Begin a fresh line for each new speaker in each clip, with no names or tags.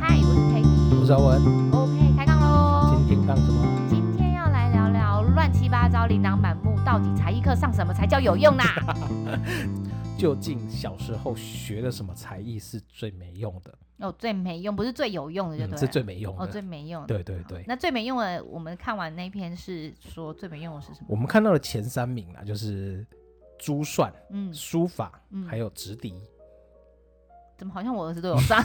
嗨，我是佩仪。
我是阿文，
OK，开杠喽！
今天干什么？
今天要来聊聊乱七八糟、琳琅满目，到底才艺课上什么才叫有 用啦？
究竟小时候学的什么才艺是最没用的？
哦，最没用，不是最有用的，就对了、
嗯，是最没用的。
哦，最没用的。
对对对，
那最没用的，我们看完那篇是说最没用的是什么？
我们看到的前三名啊，就是珠算、
嗯，
书法，
嗯
还有直笛。
怎么好像我儿子都有上？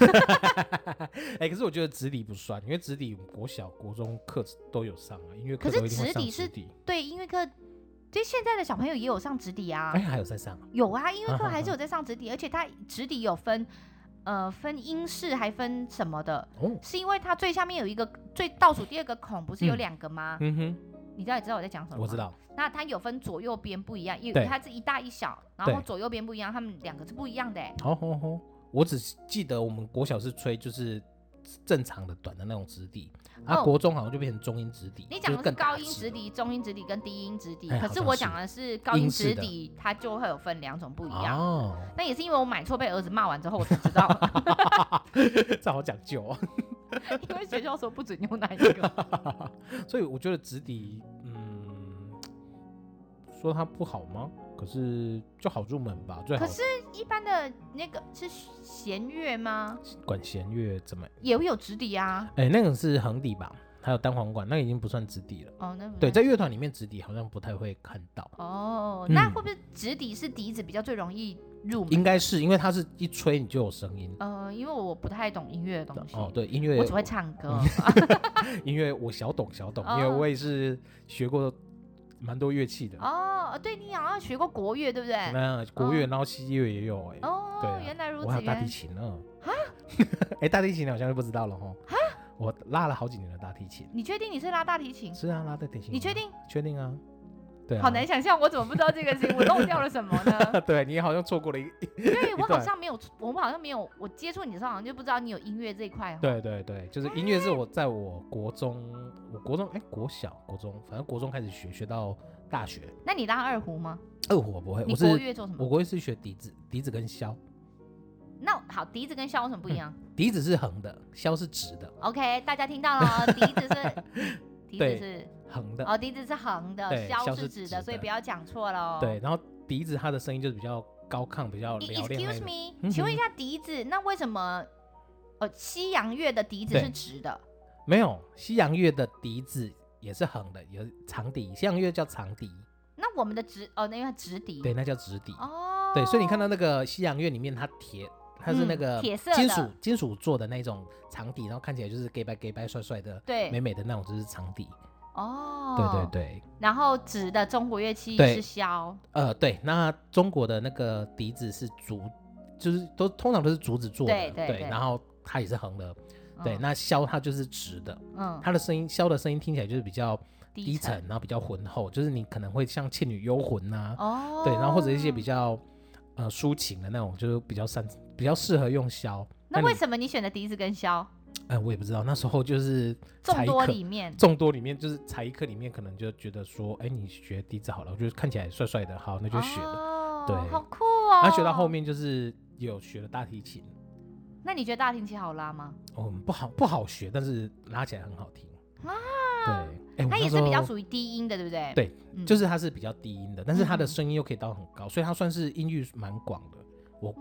哎、可是我觉得直笛不算，因为直笛我们国小、国中课都有上啊，音乐课
可是
都一定会
直
上
笛是
直笛。
对，音乐课，其实现在的小朋友也有上直笛啊
哎、，还有在上啊？
有啊，音乐课
啊啊
还是有在上直笛，而且他直笛有分，呃，分英式还分什么的，
哦，
是因为它最下面有一个最倒数第二个孔，不是有
嗯
两个吗？
嗯哼，
你知道你知道我在讲什么吗？
我知。道。
那它有分左右边不一样，因为
对
它是一大一小，然后
对
左右边不一样，它们两个是不一样的欸。
好好好，我只记得我们国小是吹就是正常的短的那种直笛，啊，
哦
国中好像就变成中音直笛，
你讲的
就
是
更大
高音
只
直
的
笛、中音直笛跟低音直笛，
哎
可
好
是
像
我
是
讲的是高音
英式
直
的
笛，它就会有分两种不一样。
哦，
那也是因为我买错被儿子骂完之后，我才知道，
这好讲究、哦。
因为学校说不准用那一个。
所以我觉得直笛，嗯，说它不好吗？可是就好入门吧，最好
可是，一般的那个是弦乐吗？
管弦乐怎么？
也会有直笛啊。
哎、那个是横笛吧？还有单簧管，那个已经不算直笛了。
哦，那不
对，在乐团里面直笛好像不太会看到，
哦，那
嗯
会不会直笛是笛子比较最容易入门？
应该是因为它是一吹你就有声音。
呃，因为我不太懂音乐的东西，
哦，对，音乐
我只会唱歌。
音乐我小懂小懂，
哦
因为我也是学过蛮多乐器的，
哦，对你好像学过国乐，对不对？
那国乐、然后西乐也有哎、对
哦
啊，
原来如
我还
此，
有大
原
提
来
琴呢。 哎、大提琴好像就不知道了哈。我拉了好几年的大提琴。
你确定你是拉大提琴？
是啊，拉大提琴。
你确？定？
确定啊。对啊。
好难。想象，我怎么不知道这个事情？我漏掉了什么呢？
对你好像错过了一。
对我好
段
像没有，我们好像没有，我接触你的时候好像就不知道你有音乐这一块哦。
对对对，就是音乐是我在我国中，我国中哎、国小、国中，反正国中开始学，学到大学。
那你拉二胡吗？
二胡我不会，
你
我
国
是
乐做什
我
么？
国乐是学笛子，笛子跟箫。
那好，笛子跟箫有什么不一样
笛子是横的，箫是直的，
？OK，大家听到了哦，笛子是 笛子
对
是
横的。
哦，笛子是横的，
对
箫
箫
是
是
直
直
的，所以
的
不要讲错哦喽。
对，然后笛子它的声音就是比较高亢，比较
，E-
嘹亮那
Excuse
种。
me，
嗯
请问一下笛子，那为什么呃西洋乐的笛子
对
是直的？
没有，西洋乐的笛子也是横的，有长笛。西洋乐叫长笛，
那我们的直哦，那个直笛
对，那叫直笛。
哦，
对，所以你看到那个西洋乐里面，它铁，它是那
嗯
个
铁色的
金属金属做的那种长笛，然后看起来就是 gay 白 gay 白帅帅的，美
对
美的那种就是长笛。
哦，
对对，对，
然后直的中国乐器
对
是箫，
呃，对，那中国的那个笛子是竹，就是都通常都是竹子做的，
对对对
然后它也是横的，对，
嗯
那箫它就是直的，
嗯，
它的声音箫的声音听起来就是比较低沉
沉，
然后比较浑厚，就是你可能会像《倩女幽魂》呐，
哦，
对，然后或者一些比较呃抒情的那种，就是比较擅比较适合用箫。
那
那
为
你
什么你选的笛子跟箫？
哎、我也不知道，那时候就是
众
才艺
多
课
里面，
众多里面，就是才艺课里面可能就觉得说，哎、你学笛子好了，我觉得看起来帅帅的，好，那就学了。
哦
对
好酷哦。
那、学到后，面就是有学了大提琴，
那你觉得大提琴好拉吗？
嗯，不好不好学，但是拉起来很好听。
啊
对，哎、我
它也
那时
是比较
候
属于低音的，对不对？
对
嗯，
就是它是比较低音的，但是它
嗯
的声音又可以到很高，所以它算是音域蛮广的。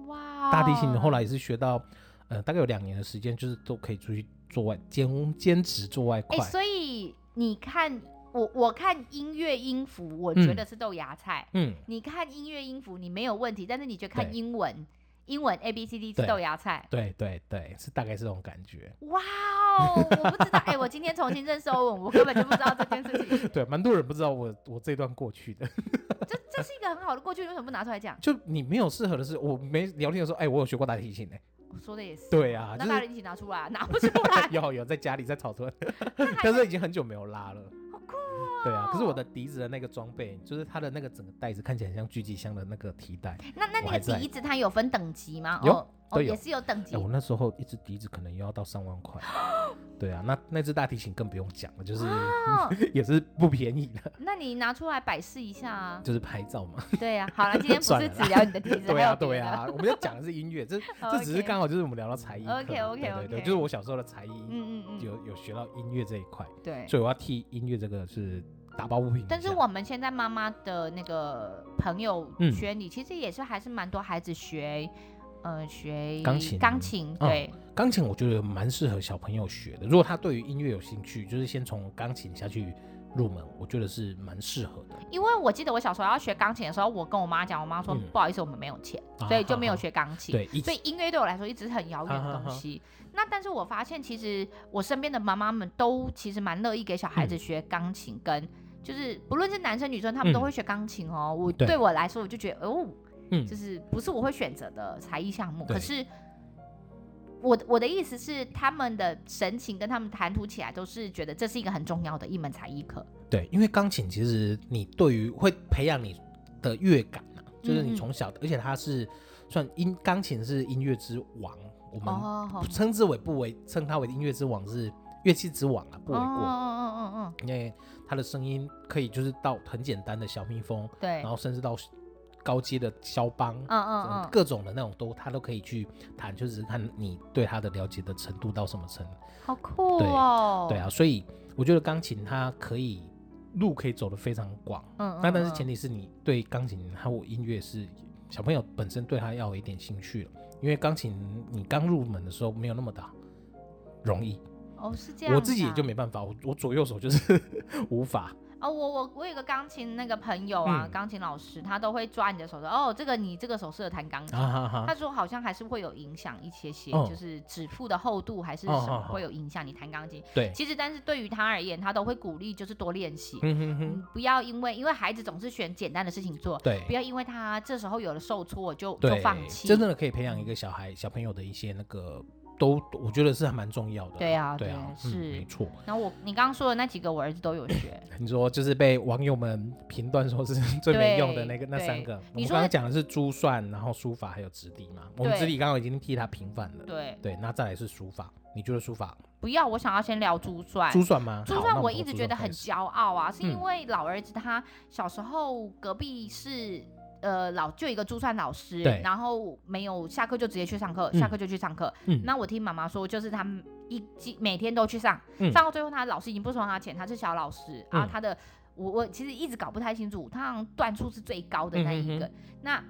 哇，哦
大提琴后来也是学到，呃，大概有两年的时间，就是都可以出去做外兼兼职做外
哎、
快。
所以你看我，我看音乐音符，我觉
嗯
得是豆芽菜。
嗯，
你看音乐音符，你没有问题，但是你觉得看
对
英文，英文 A B C D 是
对
豆芽菜。
对对对，是大概是这种感觉。
哇哦，我不知道，哎、我今天重新认识欧文，我根本就不知道这件事情。
对，蛮多人不知道我我这段过去的，
这这是一个很好的过去，为什么不拿出来讲？
就你没有适合的是，我没聊天的时候，哎，我有学过大提 琴呢。
我说的也是。
对啊，
那
就
大
是
人一起拿出来，拿不出来，
有有在家里在草屯， 但是已经很久没有拉了。
好酷哦
对啊，可是我的笛子的那个装备，就是它的那个整个袋子看起来很像狙击枪的那个提袋。
那那那
我
个
还在
笛子它有分等级吗？
有
哦，哦
都有
也是有等级
哎，。我那时候一支笛子可能要到上万块。对啊，那那只大提琴更不用讲 了，就是、
哦，
也是不便宜的，。
那你拿出来摆示一下啊
就是拍照嘛。
对啊，好了，今天不
算
是
了
只
啦
聊你 的体质，
对
还有
啊，
别
对
的。
啊，我们要讲的是音乐，这 这只是
OK
刚好就是我们聊到才艺课
OK，OK，
对对对，
OK
就是我小时候的才艺
嗯嗯嗯，
有有学到音乐这一块，
对。
所以我要替音乐这个是打抱不平一下。
但是我们现在妈妈的那个朋友
嗯
圈里，其实也是还是蛮多孩子学，呃，学
钢琴
钢琴，
嗯
对，
钢琴我觉得蛮适合小朋友学的，如果他对于音乐有兴趣，就是先从钢琴下去入门，我觉得是蛮适合的。
因为我记得我小时候要学钢琴的时候，我跟我妈讲，我妈说、
嗯
不好意思，我们没有钱，
啊
所以就没有
哈哈
学钢琴。
对，一
所以音乐对我来说一直是很遥远
哈
的
哈哈
东西。那但是我发现，其实我身边的妈妈们都其实蛮乐意给小
嗯
孩子学钢琴跟，就是不论是男生女生，他们都
嗯
会学钢琴哦。我
对
对我来说，我就觉得哦，
嗯
就是不是我会选择的才艺项目。
对
可是我我的意思是，他们的神情跟他们谈吐起来，都是觉得这是一个很重要的一门才艺课。
对，因为钢琴其实你对于会培养你的乐感啊，就是
嗯
你
嗯
从小，而且它是算音钢琴是音乐之王，我们
哦，
不称之为不为称它为音乐之王是乐器之王啊，不为
嗯嗯
过，
嗯嗯嗯，
因为它的声音可以就是到很简单的小蜜蜂，
对
然，后甚至到高阶的肖邦。
嗯嗯嗯，
各种的那种都，他都可以去弹，就只是看你对他的了解的程度到什么程度。
好酷
对
哦。
对啊，所以我觉得钢琴它可以路可以走得非常广，
嗯，嗯
那但是
嗯
前提是你对钢琴还有音乐是小朋友本身对它要有一点兴趣了，因为钢琴你刚入门的时候没有那么的容易，
哦，是这样、啊。
我自己也就没办法，我我左右手就是 无法，
哦，我我我有个钢琴那个朋友啊，
嗯
钢琴老师，他都会抓你的手说，哦，这个你这个手适合弹钢琴。
啊哈
他
哈，
说好像还是会有影响一些些，
哦
就是指腹的厚度还是
哦
什么
哦哦
会有影响你弹钢琴。
对，
其实，但是对于他而言，他都会鼓励就是多练习，
嗯哼哼，
嗯，不要因为因为孩子总是选简单的事情做，
对
不。要因为他这时候有了受挫就就
对
放，弃。
真正的可以培养一个小孩、小朋友的一些那个，都我觉得是还蛮重要的。
对啊
对啊，
对
嗯
是
没错。
然后我你刚刚说的那几个，我儿子都有学。
你说就是被网友们评断说是最没用的那个
对
那三个，我
你
们
说
刚刚讲的是珠算，然后书法还有直笛嘛。我们
对
直笛刚刚已经替他平反了。
对，
对，那再来是书法，你觉得书法
不要，我想要先聊珠算。
珠算吗？
珠
好
算
那
我
们
一
从
直
珠
觉得
算
很
开始
骄傲啊，是因
嗯
为老儿子他小时候隔壁是。呃，老就有一个珠算老师
对，
然后没有下课就直接去上课，
嗯
下课就去上课。
嗯
那我听妈妈说，就是他们一几每天都去上，
嗯
上到最后，他老师已经不收他钱，他是小老师，然后
嗯
他的我我其实一直搞不太清楚，他好像段数是最高的那一个。
嗯
那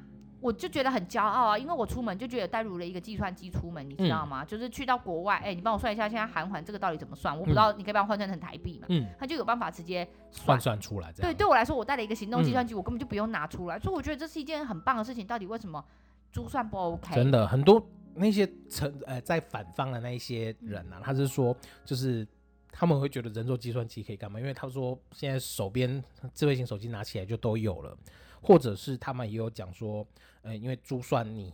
我就觉得很骄傲啊，因为我出门就觉得带入了一个计算机出门，你
嗯
知道吗？就是去到国外，哎、你帮我算一下现在韩环这个到底怎么算？我不知道，你可以帮我换算成台币嘛？
嗯
他就有办法直接算
换。算出来这样。
对，对我来说，我带了一个行动计
嗯
算机，我根本就不用拿出来，所以我觉得这是一件很棒的事情。到底为什么珠算不 OK？
真的很多那些成呃在反方的那一些人啊，他是说就是他们会觉得人肉计算机可以干嘛？因为他说现在手边智慧型手机拿起来就都有了，或者是他们也有讲说，呃，因为珠算你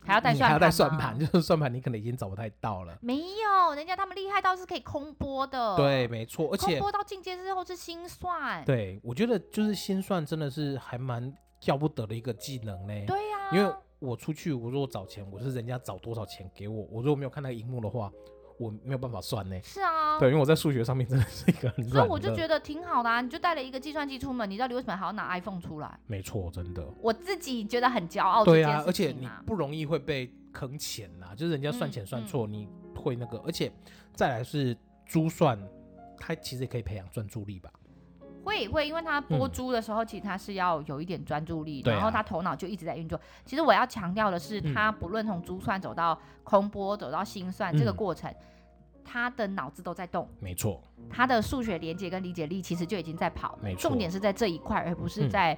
还要带
你
算
还要带
盘
算
吗
盘，就是算盘你可能已经找不太到了。
没有，人家他们厉害到是可以空播的。
对，，没错，而
空
且
播到进阶之后是心算。
对我觉得就是心算真的是还蛮要不得的一个技能呢。
对啊呀、
因为我出去，我如果找钱，我是人家找多少钱给我，我如果没有看那个荧幕的话，我没有办法算呢。
是啊。
对，因为我在数学上面真的是一个很
所
软
以我就
的
觉得挺好的啊，你就带了一个计算机出门，你到底为什么还要拿 iPhone 出来？
没错，真的。
我自己觉得很骄傲这
对
件事情、
啊，而且你不容易会被坑钱呐、就是人家
嗯
算钱算错，你会那个，而且再来是珠算，它其实也可以培养专注力吧？
会会，因为他播
嗯
猪的时候，其实他是要有一点专注力，
对
然后
啊
他头脑就一直在运作。其实我要强调的是，
嗯
他不论从珠算走到空播，走到心算、这个
嗯
过程，他的脑子都在动，
没错，
他的数学连接跟理解力其实就已经在跑了
没。错
重点是在这一块，而不是
嗯
在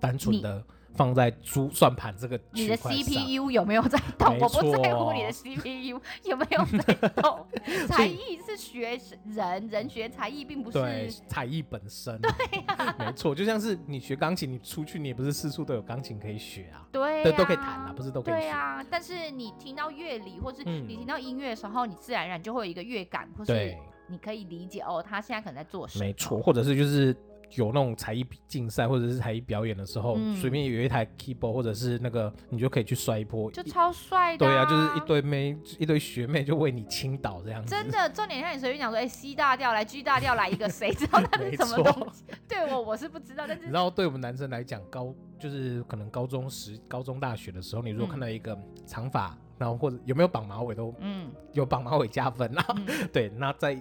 单纯
你
的放在珠算盘这个
你
区
的 E
块上。
CPU 有没有在动？
没
我不在乎
错
你的 CPU 有没有在动。才
所以
艺是学人，人学才艺并不是啊
对，才艺本身。对没错，就像是你学钢琴，你出去你也不是四处都有钢琴可以学啊，
对
都都可以弹啊，
呀
不是都可以
对
学。
啊，但是你听到乐理或是
嗯
你听到音乐的时候，你自然而然就会有一个乐感，或是
对，
你可以理解哦，他现在可能在做什么。
没错，或者是就是有那种才艺比竞赛或者是才艺表演的时候，
嗯
随、便有一台 keyboard 或者是那个，你就可以去摔一波。
就
一
超帅的、
对啊，就是一。堆妹、一堆学妹就为你倾倒这样子。
真的，重点像你随便讲说，哎、c 大调来，G 大调来一个，谁知道那是
没
什么
错
东西？对我我是不知道，但
你 知
是
道，对我们男生来讲，高就是可能高中时、高中、大学的时候，你如果
嗯
看到一个长发，然后或者有没有绑马尾都
嗯，
有绑马尾加分啊。
嗯
对，那在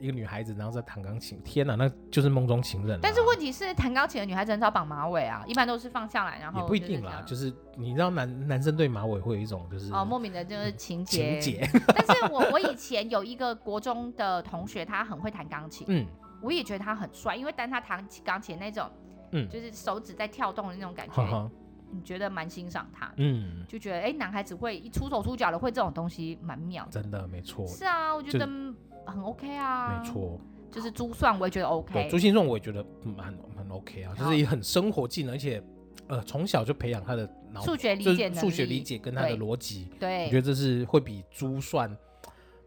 一个女孩子，然后在弹钢琴，天哪，那就是梦中情人、啊。
但是问题是，弹高琴的女孩子很少绑马尾啊，一般都是放下来，然后
也不一
就
定
这
啦，
样
就是你知道男男生对马尾会有一种就是
哦，莫名的就是情节。
情节，
但是我我以前有一个国中的同学，他很会弹钢琴，
嗯
我也觉得他很帅，因为当他弹起钢琴那种，
嗯，
就是手指在跳动的那种感
哈
觉，
哈，
你觉得蛮欣赏他的，
嗯，
就觉得哎、男孩子会一出手出脚的会这种东西，蛮妙的。
真的没错，
是啊，我觉
就
得嗯很 OK 啊，
没，错，
就是珠算我也觉得
对，朱
OK，
信仲我也觉得蛮蛮 OK 啊，就
好
是也很生活技能，而且呃从小就培养他的脑，
数学
就
理解能
是
力，
数学理解跟他的
对哎
逻辑，我觉
对
得。这是会比珠算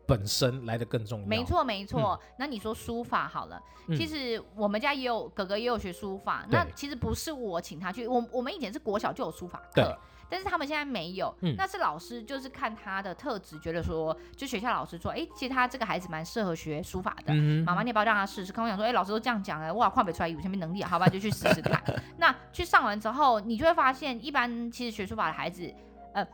本身来的更重要，
没，错，没错。那你说书法好了，
嗯
其实我们家也有哥哥也有学书法。那
对
其实不是我请他去，我我们以前是国小就有书法
对
课，但是他们现在没有。
嗯
那是老师就是看他的特质，觉得说，就学校老师说，哎、其实他这个孩子蛮适合学书法的。
嗯
妈
哼，
妈，你要不要让他试试看？我想说，哎、老师都这样讲了，哇，跨北出来有什么能力啊？好吧，就去试试 看。那去上完之后，你就会发现，一般其实学书法的孩子，呃，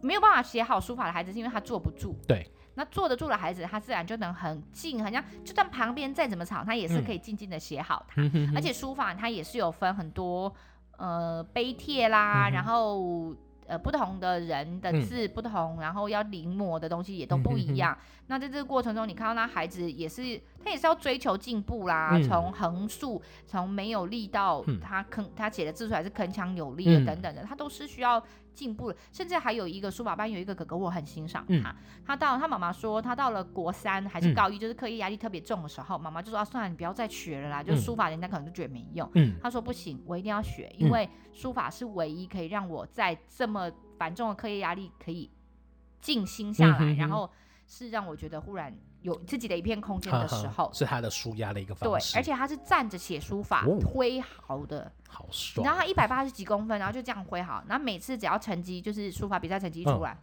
没有办法写好书法的孩子，是因为他坐不住。
对。
那坐得住的孩子，他自然就能很静，很像就算旁边再怎么吵，他也是可以静静的写好它。
嗯哼哼
而且书法它也是有分很多呃碑帖啦，
嗯哼嗯
然后呃不同的人的字不同，然后要临摹的东西也都不一样。那在这个过程中，你看到那孩子也是，他也是要追求进步啦，
嗯
从横竖，从没有力到
嗯
他铿，他写的字出来是铿锵有力的
嗯
等等的，他都是需要进步的。甚至还有一个书法班有一个哥哥，我很欣赏
嗯
他，他到他妈妈说，他到了国三还是
嗯
高一，就是课业压力特别重的时候，妈妈就说啊，算了，你不要再学了啦，就
嗯
书法人家可能就觉得没用。
嗯
他说不行，我一定要学，因
嗯
为书法是唯一可以让我在这么繁重的课业压力可以静心下来，
嗯哼
然
哼
后是让我觉得忽然有自己的一片空间
哈
的时
哈
候。
是他的舒压的一个
对
方，式，
而且他是站着写书法、
哦
挥毫的，
好
然
爽，
后他一百八十几公分，然后就这样挥毫，然后每次只要成绩就是书法比赛成绩一
嗯
出来，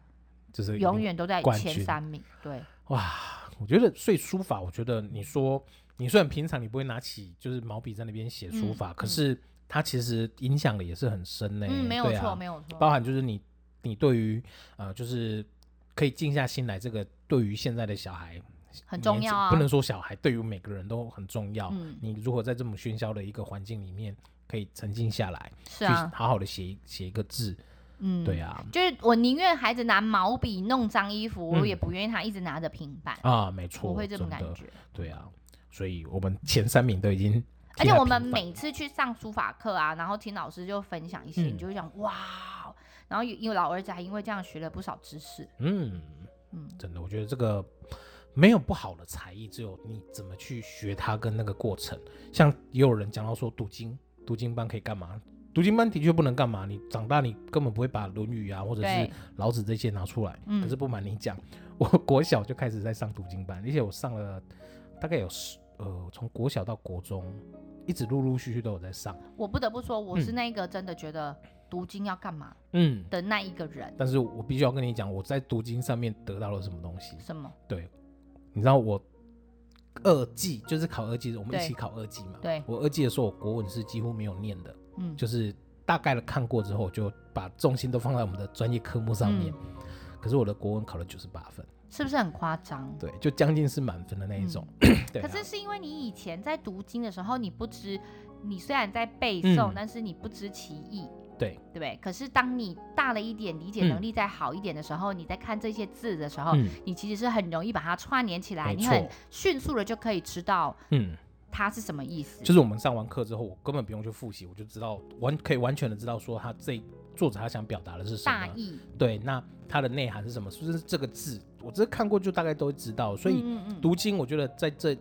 就是一定
永远都在
冠
前
军
三名。对，
哇，我觉得所以书法，我觉得你说你虽然平常你不会拿起就是毛笔在那边写书法，
嗯
可是它其实影响的也是很深呢、
嗯，没有
对
错，
啊
没有错。
包含就是你你对于呃就是可以静下心来，这个对于现在的小孩
很重要啊
不能说小孩，对于每个人都很重要。
嗯，
你如何在这么喧嚣的一个环境里面可以沉静下来，
是
去
啊，
好好的写一写一个字，
嗯，
对。啊。
就是我宁愿孩子拿毛笔弄脏衣服，我
嗯
也不愿意他一直拿着平板，
啊，没错，
我会这种
真
感
的，
觉。
对啊，所以我们前三名都已经
而
替他平反
且
了，
我们每次去上书法课啊，然后听老师就分享一些，
嗯
你就会想哇，哦然后因为老儿子还因为这样学了不少知识，
嗯，
嗯，
真的，我觉得这个没有不好的才艺，只有你怎么去学它跟那个过程。像也有人讲到说读经，读经班可以干嘛？读经班的确不能干嘛，你长大你根本不会把《论语》啊或者是
对，
老子这些拿出来。
嗯
可是不瞒你讲，我国小就开始在上读经班，而且我上了大概有十呃，从国小到国中，一直陆陆续续都有在上。
我不得不说，我是
嗯
那个真的觉得读经要干嘛
嗯，
的那一个人。
但是我必须要跟你讲，我在读经上面得到了什么东西。
什么？
你知道我二技就是考二技，我们
对
一起考二技嘛。
对，
我二技的时候，我国文是几乎没有念的，
嗯，
就是大概的看过之后，我就把重心都放在我们的专业科目上面。
嗯
可是我的国文考了九十八分，
是不是很夸张？
对，就将近是满分的那一种。 对、啊，
嗯可是是因为你以前在读经的时候，你不知，你虽然在背
嗯
诵，但是你不知其意，
对
对不对？可是当你大了一点，理解能
嗯
力再好一点的时候，你在看这些字的时候，
嗯
你其实是很容易把它串联起来，
没
你
错
很迅速的就可以知道
嗯，
它是什么意思。
就是我们上完课之后，我根本不用去复习，我就知道完可以完全的知道说他这作者他想表达的是什
大
么。
意，
对，那它的内涵是什么？是不是这个字？我这看过就大概都知道，所以
嗯嗯嗯，
读经，我觉得在这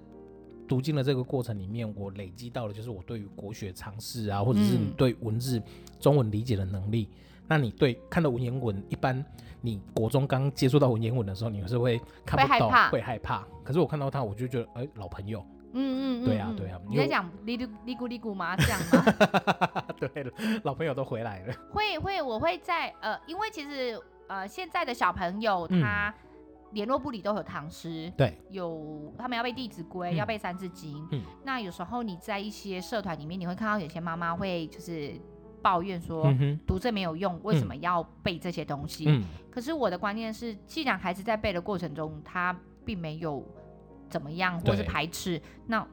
读经的这个过程里面，我累积到的就是我对于国学常识啊，或者是
嗯
你对文字、中文理解的能力。那你对看到文言文，一般你国中刚接触到文言文的时候，你是会看
会害
不懂，
怕
会害怕。可是我看到它，我就觉得，哎，老朋友，
嗯嗯嗯，
对啊
嗯
对啊
你
因为
在讲哩哩哩咕哩咕吗？这样吗？
对了，老朋友都回来了。
会会，我会在呃，因为其实呃，现在的小朋友
嗯
他联络部里都有唐诗，
对，
有他们要背《弟子规》，
嗯
要背《三字经》。
嗯
那有时候你在一些社团里面，你会看到有些妈妈会就是抱怨说。
嗯哼，
读这没有用，为什么要背这些东西？
嗯
可是我的观念是，既然孩子在背的过程中，他并没有怎么样，或是
对
排斥，那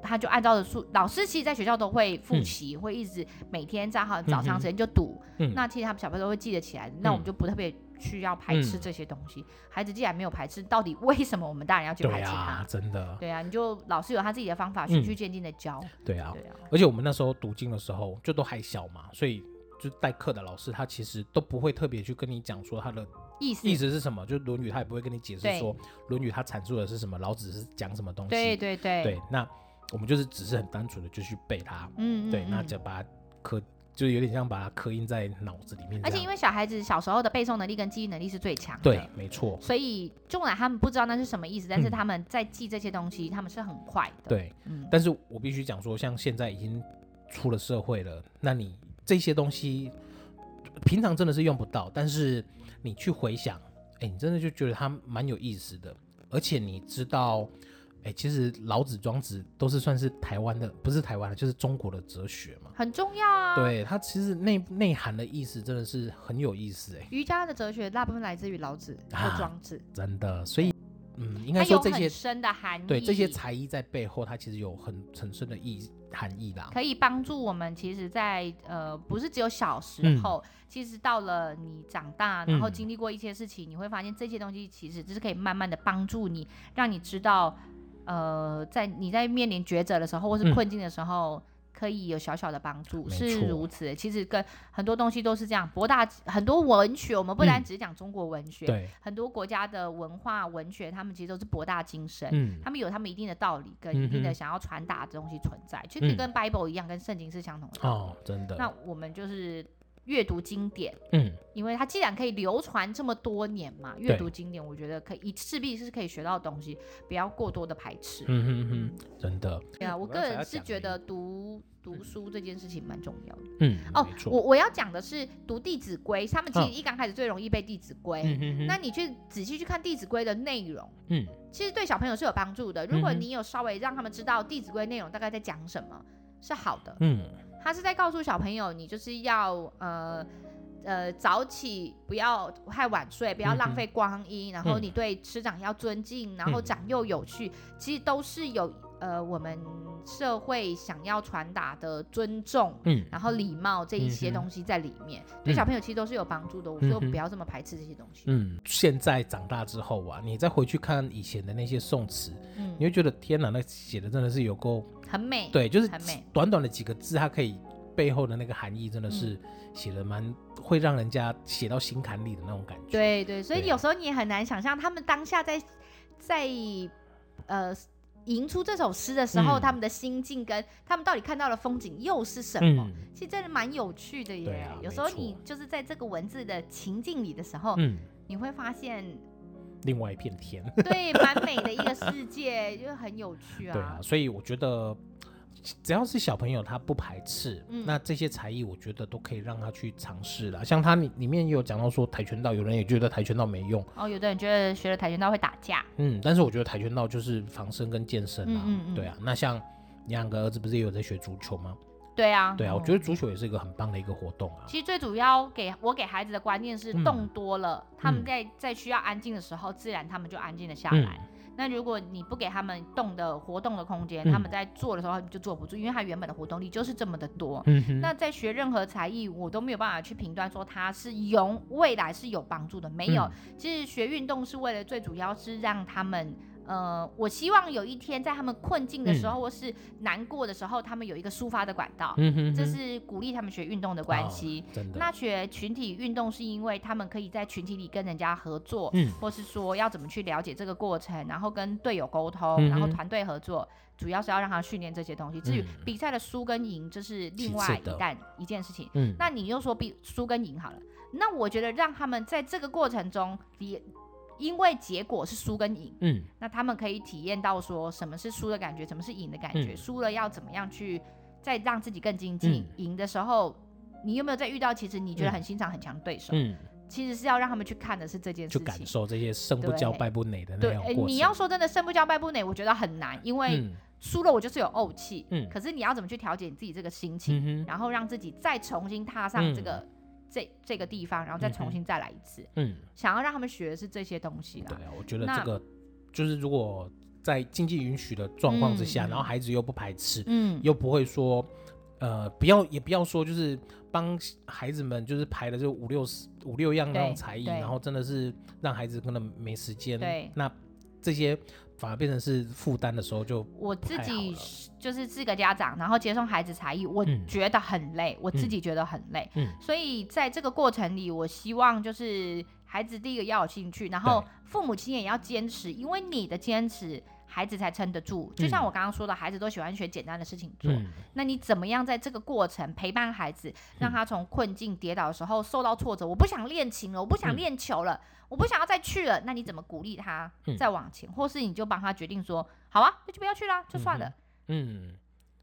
他就按照的数，老师其实在学校都会复
嗯
习，会一直每天在好
哼
早上时间就读，
嗯，
那其实他们小朋友都会记得起来，那我们
嗯
就不特别需要排斥
嗯
这些东西。孩子既然没有排斥，到底为什么我们大人要去
对
排斥他
啊，？嗯真的，
对啊，你就老师有他自己的方法，循序渐进的教。
对啊。
对啊，
而且我们那时候读经的时候，就都还小嘛，所以就代课的老师他其实都不会特别去跟你讲说他的
意思
意思是什么，就《论语》他也不会跟你解释
对
说《论语》他阐述的是什么，老子是讲什么东西。
对对对，
对那我们就是只是很单纯的就去背它，
嗯嗯
对，那
嗯
就把它刻，就有点像把它刻印在脑子里面这样。
而且因为小孩子小时候的背诵能力跟记忆能力是最强的，
对，没错，
所以纵然他们不知道那是什么意思，但是
嗯
他们在记这些东西，他们是很快的。，
对。
嗯，
但是我必须讲说，像现在已经出了社会了，那你这些东西平常真的是用不到，但是你去回想，哎、你真的就觉得它蛮有意思的，而且你知道。哎、其实老子、庄子都是算是台湾的，不是台湾的，就是中国的哲学嘛。
很重要啊。，
对，它其实内内涵的意思真的是很有意思、哎，
瑜伽的哲学大部分来自于老子和
啊
庄子，
真的。所以，嗯，应
它
该说
有
这
很
些
深的含义。
对这些才艺在背后，它其实有很很深的意含义啦。
可以帮助我们，其实在，呃，不是只有小时
嗯
候，其实到了你长大，然后
嗯
经历过一些事情，你会发现这些东西其实只是可以慢慢的帮助你，让你知道，呃，在你在面临抉择的时候，或是
嗯
困境的时候。可以有小小的帮助，
没
是
错
如此。其实跟很多东西都是这样，博大很多文学，我们不单只是讲中国文学，
嗯对，
很多国家的文化文学，他们其实都是博大精深。
嗯，
他们有他们一定的道理跟一定
嗯
的
哼
想要传达的东西存在，其实
嗯
跟 Bible 一样，跟圣经是相同的。
哦，真的，
那我们就是阅读经典，
嗯，
因为它既然可以流传这么多年嘛，阅
对
读经典，我觉得可以势必是可以学到的东西，不要过多的排斥。
嗯哼哼，真的，
对啊，我
我
个
刚才
人
要
是
讲
觉
的
得读读书这件事情蛮重要的。
嗯，
哦
没，
我
错，
我要讲的是读《弟子规》，他们其实
嗯
一刚开始最容易背《弟子规》
嗯哼哼，
那你去仔细去看《弟子规》的内容。
嗯
其实对小朋友是有帮助的。如果
嗯哼
你有稍微让他们知道《弟子规》内容大概在讲什么，是好的。
嗯
他是在告诉小朋友，你就是要呃呃早起，不要太晚睡，不要
嗯哼
浪费光阴，然后
嗯
你对师长要尊敬，然后
嗯
长幼有序，其实都是有呃我们社会想要传达的尊重。
嗯，
然后礼貌这一些
嗯哼
东西在里面，对小朋友其实都是有帮助的。我
嗯
说
哼
不要这么排斥这些东西。
嗯，现在长大之后啊，你再回去看以前的那些宋词，
嗯
你，会觉得天哪，那写的真的是有够，
很美。
对，就是
很美嗯
短短的几个字，它可以背后的那个含义真的是写的蛮会让人家写到心坎里的那种感觉。
对对，所以
对
有时候你也很难想象他们当下在在呃吟出这首诗的时候，
嗯
他们的心境跟他们到底看到的风景又是什么。
嗯
其实真的蛮有趣的
对
耶、
啊
有
没
时候
错
你就是在这个文字的情境里的时候，
嗯，
你会发现，
另外一片天。
对，蛮美的一个世界，就很有趣
对啊，所以我觉得只要是小朋友他不排斥，
嗯
那这些才艺我觉得都可以让他去尝试啦。像他里里面也有讲到说跆拳道，有人也觉得跆拳道没用，
哦，有的人觉得学了跆拳道会打架，
嗯，但是我觉得跆拳道就是防身跟健身啊，
嗯嗯嗯
对啊。那像你两个儿子不是也有在学足球吗？
对啊，
对啊，我
嗯
觉得足球也是一个很棒的一个活动啊。
其实最主要给我给孩子的观念是
嗯
动多了，他们
嗯
在在需要安静的时候，自然他们就安静了下
嗯
来。那如果你不给他们动的活动的空间，
嗯
他们在做的时候他们就做不住，因为他原本的活动力就是这么的多。
嗯哼，
那在学任何才艺，我都没有办法去评断说它是有未来是有帮助的，没
嗯
有。其实学运动是为了最主要是让他们，呃，我希望有一天在他们困境的时候、或是难过的时候，他们有一个抒发的管道，
嗯哼，
这
嗯
是鼓励他们学运动的关系。
哼真的，
那学群体运动是因为他们可以在群体里跟人家合作，
嗯
或是说要怎么去了解这个过程，然后跟队友沟通，
嗯哼
然后团队合作，主要是要让他训练这些东西。至于
嗯
比赛的输跟赢，这是另
其
外
次的
一旦一件事情。
嗯，
那你又说比输跟赢好了，那我觉得让他们在这个过程中，也因为结果是输跟赢，
嗯
那他们可以体验到说什么是输的感觉，什么是赢的感觉，
嗯
输了要怎么样去再让自己更精进，
嗯
赢、的时候。你有没有在遇到其实你觉得
嗯
很欣赏、很强对手？
嗯，
其实是要让他们去看的是这件事
就
情，
感受这些胜不骄
对
败不馁的那
对，
种
诶
过程。
你要说真的胜不骄败不馁，我觉得很难，因为
嗯
输了我就是有怄气。
嗯
可是你要怎么去调节你自己这个心情，
嗯哼
然后让自己再重新踏上这
嗯
个、这这个地方，然后再重新再来一次。
嗯，
想要让他们学的是这些东西
对
啦。
啊，我觉得
那
这个就是如果在经济允许的状况之下，
嗯嗯
然后孩子又不排斥，
嗯，
又不会说，呃，不要也不要说，就是帮孩子们就是排的就五六十五六样那
对
种才艺，
对
然后真的是让孩子可能没时间。
对
那这些反而变成是负担的时候就，
我自
太好
己
了
是就是是个家长，然后接送孩子才艺，我
嗯
觉得很累，我自己觉得很累。
嗯
所以在这个过程里，我希望就是孩子第一个要有兴趣，然后
对
父母亲也要坚持，因为你的坚持，孩子才撑得住。就像
嗯
我刚刚说的，孩子都喜欢选简单的事情做，
嗯
那你怎么样在这个过程陪伴孩子，让他从困境跌倒的时候受到挫折？我不想练琴了，我不想
嗯
练球了，我不想要再去了。那你怎么鼓励他
嗯
再往前？或是你就帮他决定说，好啊，那就不要去啦，就算了。
嗯嗯，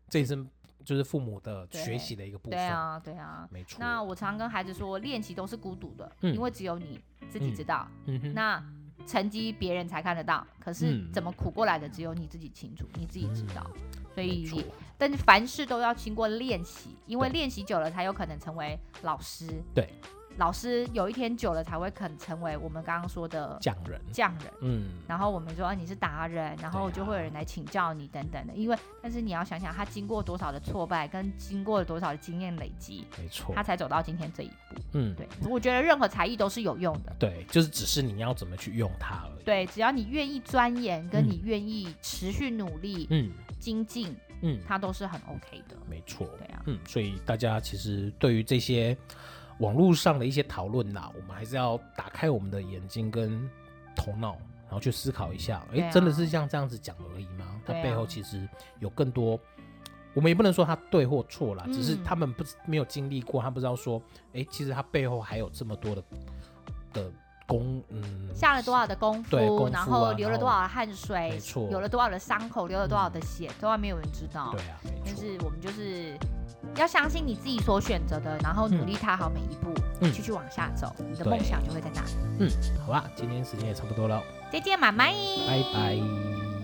这也是就是父母的
对
学习的一个部
对
分，
啊，对啊。
没错。
那我常跟孩子说，练习都是孤独的，
嗯
因为只有你自己知道。
嗯哼，
那成绩别人才看得到，可是
嗯
怎么苦过来的，只有你自己清楚，你自己知道。所
没
以
错
也，但是凡事都要经过练习，因为
对
练习久了才有可能成为老师。
对，
老师有一天久了才会肯成为我们刚刚说的
匠人，
匠人。
嗯，
然后我们说、啊、你是达人，然后
对啊
就会有人来请教你等等的。因为，但是你要想想，他经过多少的挫败，跟经过了多少的经验累积，
没错
他，才走到今天这一步。
嗯，
对，我觉得任何才艺都是有用的。
对，就是只是你要怎么去用它而已。，
对，只要你愿意钻研，跟
嗯
你愿意持续努力、
嗯
精进，
嗯，
它都是很 OK 的。
没错，
对啊，
嗯，所以大家其实对于这些网络上的一些讨论呐，我们还是要打开我们的眼睛跟头脑，然后去思考一下，诶，
对啊
真的是像这样子讲而已吗？它
对啊
背后其实有更多。我们也不能说它对或错啦，只是
嗯
他们不知没有经历过，他不知道说，诶，其实它背后还有这么多的的功，嗯，
下了多少的功夫，
对功夫啊
然后流了多少的汗
没
水，
错嗯
有了多少的伤口，流了多少的血，从来没有人知道
对。啊，没
哦但
错，
是我们就是要相信你自己所选择的，然后努力踏好每一步，
嗯
继续往下走，你的
对
梦想就会在那里。
嗯，好啦，今天时间也差不多了，
再见，妈妈。
拜拜。